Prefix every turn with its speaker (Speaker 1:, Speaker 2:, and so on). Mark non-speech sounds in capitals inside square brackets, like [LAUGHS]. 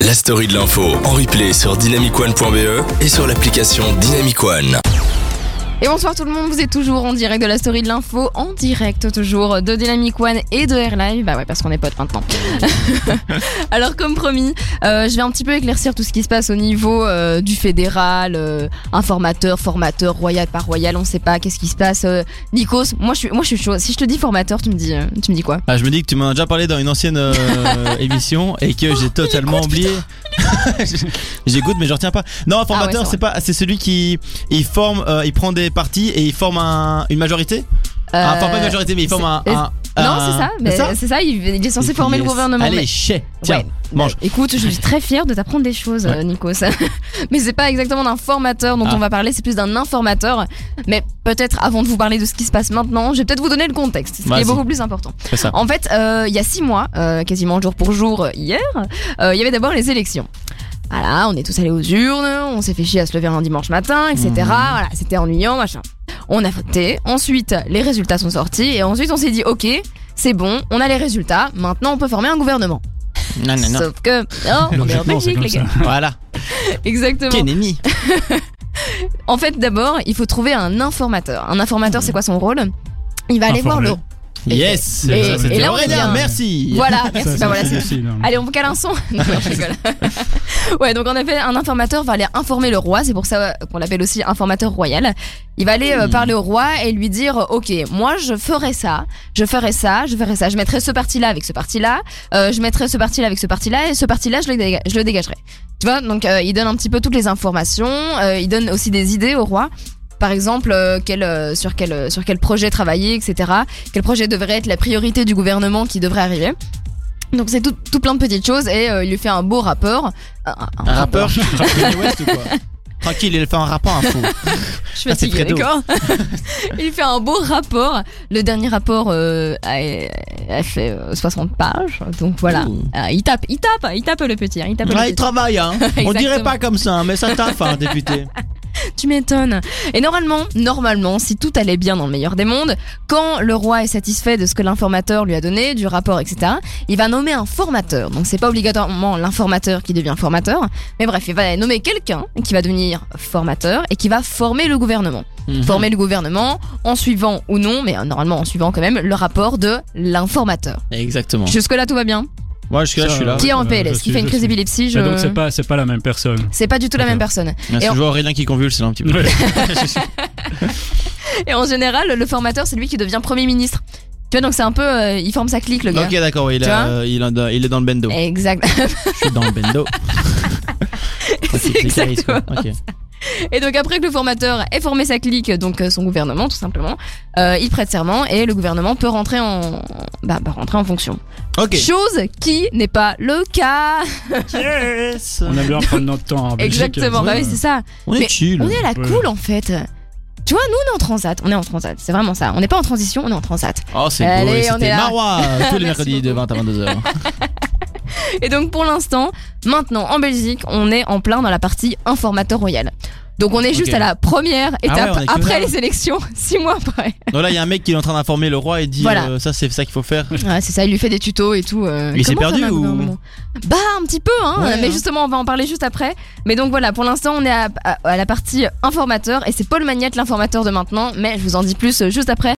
Speaker 1: la story de l'info en replay sur dynamicone.be E et sur l'application Dynamicone.
Speaker 2: Et bonsoir tout le monde, vous êtes toujours en direct de la story de l'info, en direct toujours de Dynamic One et de Airlive, bah ouais parce qu'on est potes maintenant. [LAUGHS] Alors comme promis, euh, je vais un petit peu éclaircir tout ce qui se passe au niveau euh, du fédéral, euh, informateur, formateur, royal, par royal, on sait pas qu'est-ce qui se passe. euh, Nikos, moi je suis, moi je suis chaud. Si je te dis formateur, tu me dis, euh, tu me dis quoi
Speaker 3: Ah, je me dis que tu m'en as déjà parlé dans une
Speaker 2: [LAUGHS]
Speaker 3: ancienne euh, émission et
Speaker 2: Oh,
Speaker 3: que j'ai totalement oublié. [LAUGHS] J'écoute, mais je retiens pas. Non, un
Speaker 2: Ah ouais,
Speaker 3: formateur,
Speaker 2: c'est
Speaker 3: c'est pas, c'est celui qui, il forme, euh, il prend des partis et il forme un- une majorité. Ah, enfin pas une
Speaker 2: Euh,
Speaker 3: majorité, mais il forme un.
Speaker 2: c'est-
Speaker 3: un-
Speaker 2: Non,
Speaker 3: un-
Speaker 2: Ah, c'est ça, mais c'est ça, il, il est censé former le
Speaker 3: Yes.
Speaker 2: gouvernement.
Speaker 3: Allez,
Speaker 2: mais-
Speaker 3: chais. Tiens,
Speaker 2: Ouais.
Speaker 3: mange.
Speaker 2: Écoute, je suis très fière de t'apprendre des choses,
Speaker 3: Ouais.
Speaker 2: euh, Nico. ça. [LAUGHS] mais c'est pas exactement d'un formateur dont
Speaker 3: Ah.
Speaker 2: on va parler, c'est plus d'un informateur. Mais peut-être avant de vous parler de ce qui se passe maintenant, je vais peut-être vous donner le contexte, ce qui est
Speaker 3: Vas-y.
Speaker 2: beaucoup plus important.
Speaker 3: Fais ça.
Speaker 2: En fait, euh, il y a six mois, euh, quasiment jour pour jour, euh, hier, euh, il y avait d'abord les élections. Voilà, on est tous allés aux urnes, on s'est fait chier à se lever un dimanche matin, etc.
Speaker 3: Mmh.
Speaker 2: Voilà, c'était ennuyant, machin. On a voté, ensuite les résultats sont sortis, et ensuite on s'est dit, ok, c'est bon, on a les résultats, maintenant on peut former un gouvernement.
Speaker 3: Ah, Non, non, non.
Speaker 2: Sauf que. Non, on est en
Speaker 4: [LAUGHS] Logiquement, c'est
Speaker 2: Belgique,
Speaker 4: comme
Speaker 2: les
Speaker 4: ça.
Speaker 2: gars.
Speaker 3: Voilà.
Speaker 2: Exactement.
Speaker 3: Kennedy.
Speaker 2: En fait, d'abord, il faut trouver un informateur. Un informateur, c'est quoi son rôle Il va aller voir
Speaker 4: Informer.
Speaker 2: le. Et-
Speaker 3: Yes.
Speaker 2: et-
Speaker 3: ça, c'était
Speaker 2: et là, on est
Speaker 3: Aurélien,
Speaker 2: bien.
Speaker 3: merci.
Speaker 2: Voilà, merci.
Speaker 4: Ça,
Speaker 2: Bah
Speaker 4: ça,
Speaker 2: voilà, c'est-
Speaker 4: c'est facile, hein.
Speaker 2: Allez, on vous cale un son. [LAUGHS] Non, je rigole. ouais, donc en effet, un informateur va aller informer le roi. C'est pour ça euh, qu'on l'appelle aussi informateur royal. Il va aller euh, parler au roi et lui dire euh, Ok, moi je ferai ça, je ferai ça, je ferai ça. Je mettrai ce parti-là avec ce parti-là, euh, je mettrai ce parti-là avec ce parti-là, et ce parti-là, je, le déga- je le dégagerai. Tu vois, donc euh, il donne un petit peu toutes les informations, euh, il donne aussi des idées au roi. Par exemple, euh, quel, euh, sur, quel, euh, sur quel projet travailler, etc. Quel projet devrait être la priorité du gouvernement qui devrait arriver. Donc c'est tout, tout plein de petites choses et euh, il lui fait un beau rapport. Ah, Un- un- un
Speaker 3: Un
Speaker 2: [LAUGHS]
Speaker 3: rappeur. Kanye West ou quoi Tranquille, il fait un rapport un fou.
Speaker 2: Je suis
Speaker 3: Ah, c'est
Speaker 2: fatiguée,
Speaker 3: Fredo. [LAUGHS]
Speaker 2: d'accord [LAUGHS] Il fait un beau rapport. Le dernier rapport euh, a, a fait euh, 60 pages. Donc voilà.
Speaker 3: Ouh.
Speaker 2: Ah, il tape, il tape, il tape le petit. hein, il tape le
Speaker 3: Ouais, il
Speaker 2: petit. [LAUGHS]
Speaker 3: travaille, hein. On dirait pas comme ça, hein, mais ça taffe, un député.
Speaker 2: Tu m'étonnes. Et normalement, normalement, si tout allait bien dans le meilleur des mondes, quand le roi est satisfait de ce que l'informateur lui a donné, du rapport, etc., il va nommer un formateur. Donc c'est pas obligatoirement l'informateur qui devient formateur, mais bref, il va nommer quelqu'un qui va devenir formateur et qui va former le gouvernement.
Speaker 3: Mhm.
Speaker 4: Mhm.
Speaker 2: Former le gouvernement en suivant ou non, mais euh, normalement en suivant quand même le rapport de l'informateur.
Speaker 3: Exactement.
Speaker 2: Jusque-là, tout va bien.
Speaker 3: Moi, jusque là, je suis là.
Speaker 4: Ah
Speaker 2: qui est
Speaker 4: ouais,
Speaker 2: en
Speaker 4: je
Speaker 2: PLS, qui
Speaker 4: suis,
Speaker 2: fait une
Speaker 4: je
Speaker 2: crise
Speaker 4: suis.
Speaker 2: d'épilepsie, je...
Speaker 4: Et Bah, donc c'est pas, c'est pas la même personne.
Speaker 2: c'est pas du tout la
Speaker 4: D'accord.
Speaker 2: même personne.
Speaker 3: Là,
Speaker 2: Et
Speaker 3: C'est
Speaker 2: en-
Speaker 3: toujours Aurélien qui convulse, là, un petit peu.
Speaker 4: Ouais.
Speaker 2: Et en général, le formateur, c'est lui qui devient Premier ministre. Tu vois, donc c'est un peu. euh, il forme sa clique, le gars.
Speaker 3: [LAUGHS] Ok, d'accord, oui, il,
Speaker 2: Tu
Speaker 3: a-
Speaker 2: vois
Speaker 3: euh, il, en a- il est dans le bendo.
Speaker 2: Exact. [LAUGHS]
Speaker 3: Je suis dans le bendo.
Speaker 2: c'est exactement.
Speaker 3: Ok.
Speaker 2: Et donc, après que le formateur ait formé sa clique, donc euh, son gouvernement, tout simplement, euh, il prête serment et le gouvernement peut rentrer en, bah, bah, rentrer en fonction.
Speaker 3: Ok.
Speaker 2: Chose qui n'est pas le cas.
Speaker 3: Yes.
Speaker 4: On aime bien prendre notre temps. en Belgique,
Speaker 2: [LAUGHS] Exactement.
Speaker 4: euh,
Speaker 2: Bah oui, c'est ça.
Speaker 3: On est
Speaker 2: Mais
Speaker 3: chill.
Speaker 2: On est à la
Speaker 4: Ouais.
Speaker 2: cool, en fait. Tu vois, nous, on est en transat. On est en transat. C'est vraiment ça. On n'est pas en transition, on est en transat.
Speaker 3: Oh, c'est
Speaker 2: Allez,
Speaker 3: beau.
Speaker 2: on
Speaker 3: et
Speaker 2: est
Speaker 3: C'était
Speaker 2: là.
Speaker 3: Marois
Speaker 2: [LAUGHS]
Speaker 3: tous les mercredis de
Speaker 2: beaucoup.
Speaker 3: 20 à
Speaker 2: [LAUGHS]
Speaker 3: 22h.
Speaker 2: Et donc pour l'instant, maintenant en Belgique, on est en plein dans la partie informateur royal. Donc on est juste
Speaker 3: Ok.
Speaker 2: à la première
Speaker 3: ouais,
Speaker 2: étape
Speaker 3: on est que
Speaker 2: après
Speaker 3: là.
Speaker 2: les élections, [LAUGHS] six mois après.
Speaker 3: Donc là, il y a un mec qui est en train d'informer le roi et dit
Speaker 2: Voilà.
Speaker 3: euh, ça, c'est ça qu'il faut faire.
Speaker 2: Ouais, c'est ça, il lui fait des tutos et tout. euh,
Speaker 3: Il s'est
Speaker 2: comment
Speaker 3: perdu
Speaker 2: faire un
Speaker 3: ou-
Speaker 2: gouvernement Bah un petit peu, hein.
Speaker 3: Ouais,
Speaker 2: mais
Speaker 3: hein.
Speaker 2: justement on va en parler juste après. Mais donc voilà, pour l'instant on est à, à- à la partie informateur et c'est Paul Magnette l'informateur de maintenant. Mais je vous en dis plus euh, juste après.